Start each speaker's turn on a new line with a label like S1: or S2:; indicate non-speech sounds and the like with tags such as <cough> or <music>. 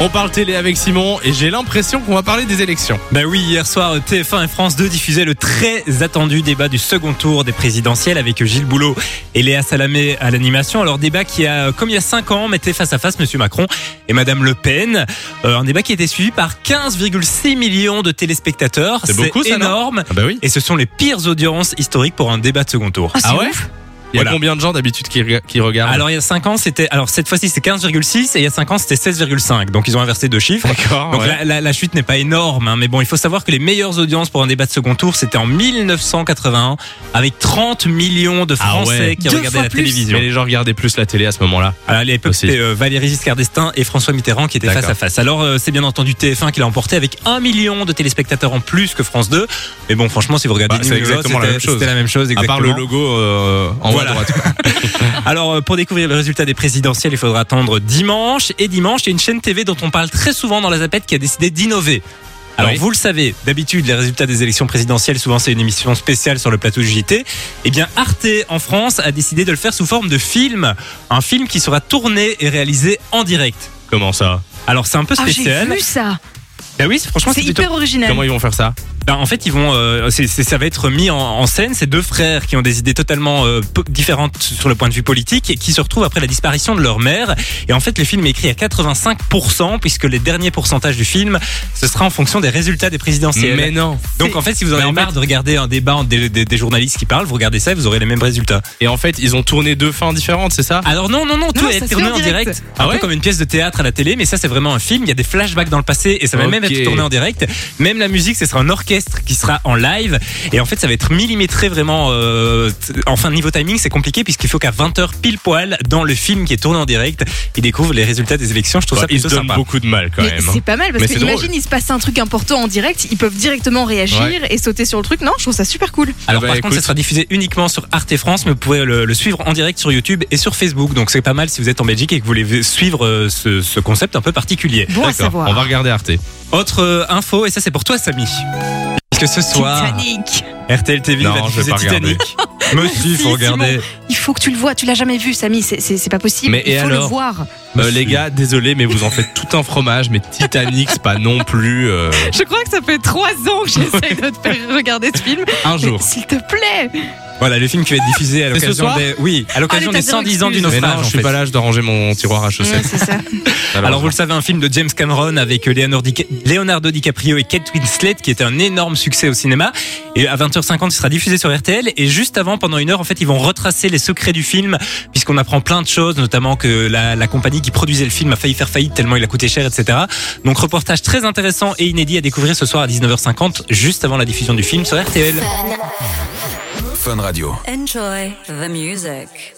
S1: On parle télé avec Simon et j'ai l'impression qu'on va parler des élections.
S2: Bah oui, hier soir, TF1 et France 2 diffusaient le très attendu débat du second tour des présidentielles avec Gilles Boulot et Léa Salamé à l'animation. Alors débat qui a, comme il y a 5 ans, mettait face à face Monsieur Macron et Madame Le Pen. Euh, un débat qui était suivi par 15,6 millions de téléspectateurs.
S1: C'est beaucoup, ça, non
S2: énorme.
S1: Ah bah oui.
S2: et ce sont les pires audiences historiques pour un débat de second tour.
S3: Ah, c'est
S1: Ah ouais
S3: ouf.
S1: Il y a
S2: Voilà.
S1: combien de gens d'habitude qui, rega- qui regardent
S2: Alors il y a 5 ans, c'était alors cette fois-ci c'est 15,6 et il y a 5 ans c'était 16,5. Donc ils ont inversé deux chiffres.
S1: d'accord.
S2: Donc
S1: ouais.
S2: la, la- la chute n'est pas énorme, hein, mais bon, il faut savoir que les meilleures audiences pour un débat de second tour, c'était en 1981, avec 30 millions de
S1: Ah
S2: Français
S1: ouais.
S2: qui
S3: Deux
S2: regardaient
S3: fois
S2: la
S3: plus.
S2: télévision.
S1: Mais les gens regardaient plus la télé à ce moment-là.
S2: Alors, à l'époque,
S1: Aussi.
S2: c'était euh, Valéry Giscard d'Estaing et François Mitterrand qui étaient
S1: D'accord.
S2: face à face. Alors, euh, c'est bien entendu TF1 qui l'a emporté avec un million de téléspectateurs en plus que France 2. Mais bon, franchement, si vous regardez
S1: Bah,
S2: ni
S1: c'est
S2: l'un ni l'autre,
S1: exactement la
S2: c'était-
S1: même chose.
S2: C'était la même chose, exactement.
S1: À part le logo euh, en
S2: Voilà.
S1: haut à
S2: <laughs>
S1: droite.
S2: Alors, euh, pour découvrir le résultat des présidentielles, il faudra attendre dimanche. Et dimanche, il y a une chaîne TV dont on parle très souvent dans la Zapette qui a décidé d'innover. Alors,
S1: Oui.
S2: vous le savez, d'habitude, les résultats des élections présidentielles, souvent, c'est une émission spéciale sur le plateau du JT. Eh bien, Arte, en France, a décidé de le faire sous forme de film. Un film qui sera tourné et réalisé en direct.
S1: Comment ça
S2: Alors, c'est un peu
S3: Ah, j'ai
S2: spécial.
S3: vu ça.
S2: Bah oui, c'est- franchement,
S3: C'est
S2: c'est plutôt
S3: hyper original.
S1: Comment ils vont faire ça
S2: ben, en fait, ils vont, euh, c'est- c'est- ça va être mis en, en scène ces deux frères qui ont des idées totalement euh, po- différentes sur le point de vue politique et qui se retrouvent après la disparition de leur mère. Et en fait, le film est écrit à 85% puisque les derniers pourcentages du film, ce sera en fonction des résultats des présidentielles.
S1: non.
S2: Donc en fait, si vous en
S1: Mais
S2: avez
S1: en
S2: marre
S1: fait-
S2: de regarder un débat entre des, des- des journalistes qui parlent, vous regardez ça et vous aurez les mêmes résultats.
S1: Et en fait, ils ont tourné deux fins différentes, c'est ça
S2: Alors non, non, non, tout
S3: Non,
S2: est
S3: ça se
S2: tourné
S3: fait en
S2: en direct.
S3: direct.
S2: Un
S1: Ah
S2: peu
S1: ouais
S2: comme une pièce de théâtre à la télé, mais ça c'est vraiment un film. Il y a des flashbacks dans le passé et ça va même
S1: Ok.
S2: être tourné en direct. Même la musique, ce sera un orchestre qui sera en live. Et en fait, ça va être millimétré vraiment. euh, t- Enfin, niveau timing, c'est compliqué puisqu'il faut qu'à 20h pile poil, dans le film qui est tourné en direct, ils découvrent les résultats des élections. Je trouve ça
S1: Bah, Ils se
S2: plutôt
S1: donnent
S2: sympa.
S1: beaucoup de mal quand
S3: Mais
S1: même. hein.
S3: c'est pas mal parce
S1: Mais
S3: que
S1: c'est drôle.
S3: imagine, il se passe un truc important en direct, ils peuvent directement réagir
S1: Ouais.
S3: et sauter sur le truc. Non, je trouve ça super cool.
S2: Alors
S1: Ah bah,
S2: par contre, ça
S1: écoute.
S2: sera diffusé uniquement sur Arte France, mais vous pouvez le, le suivre en direct sur YouTube et sur Facebook. Donc c'est pas mal si vous êtes en Belgique et que vous voulez suivre euh, ce- ce concept un peu particulier.
S3: Bon à
S1: D'accord,
S3: savoir.
S1: On va regarder Arte.
S2: Autre euh, info, et ça c'est pour toi Samy. Parce que ce soir,
S3: Titanic.
S2: RTL TV va
S1: Non, je vais
S2: diffuser
S1: pas regarder.
S2: <laughs> Titanic. Mais si, faut
S3: Simon.
S2: regarder.
S3: Il faut que tu le vois, tu l'as jamais vu, Samy, c'est- c'est c'est pas possible.
S1: Mais et
S3: il faut le
S1: alors
S3: voir.
S1: Euh, les gars, désolé, mais vous en faites tout un fromage, mais Titanic, c'est pas non plus euh,
S3: Je crois que ça fait trois ans que <laughs> j'essaye de te faire regarder ce film. <laughs>
S1: un jour.
S3: Mais S'il te plaît.
S2: Voilà, le film qui va être diffusé à
S1: C'est ce
S2: l'occasion
S1: soir
S2: des, oui, à l'occasion
S3: Ah, mais
S2: des
S3: t'as zéro
S2: 110 ans du
S3: excuse.
S1: Mais
S2: naufrage.
S1: non,
S2: en
S1: je suis
S2: fait.
S1: pas là, je dois ranger mon tiroir à
S3: Ouais,
S1: chaussettes.
S3: c'est ça.
S2: Alors vous le savez, un film de James Cameron avec Leonardo, Dica- Leonardo DiCaprio et Kate Winslet qui était un énorme succès au cinéma. Et à 20h50, il sera diffusé sur RTL. Et juste avant, pendant une heure, en fait, ils vont retracer les secrets du film puisqu'on apprend plein de choses, notamment que la, la compagnie qui produisait le film a failli faire faillite tellement il a coûté cher, etc. Donc reportage très intéressant et inédit à découvrir ce soir à 19h50, juste avant la diffusion du film sur RTL.
S4: Enjoy the music.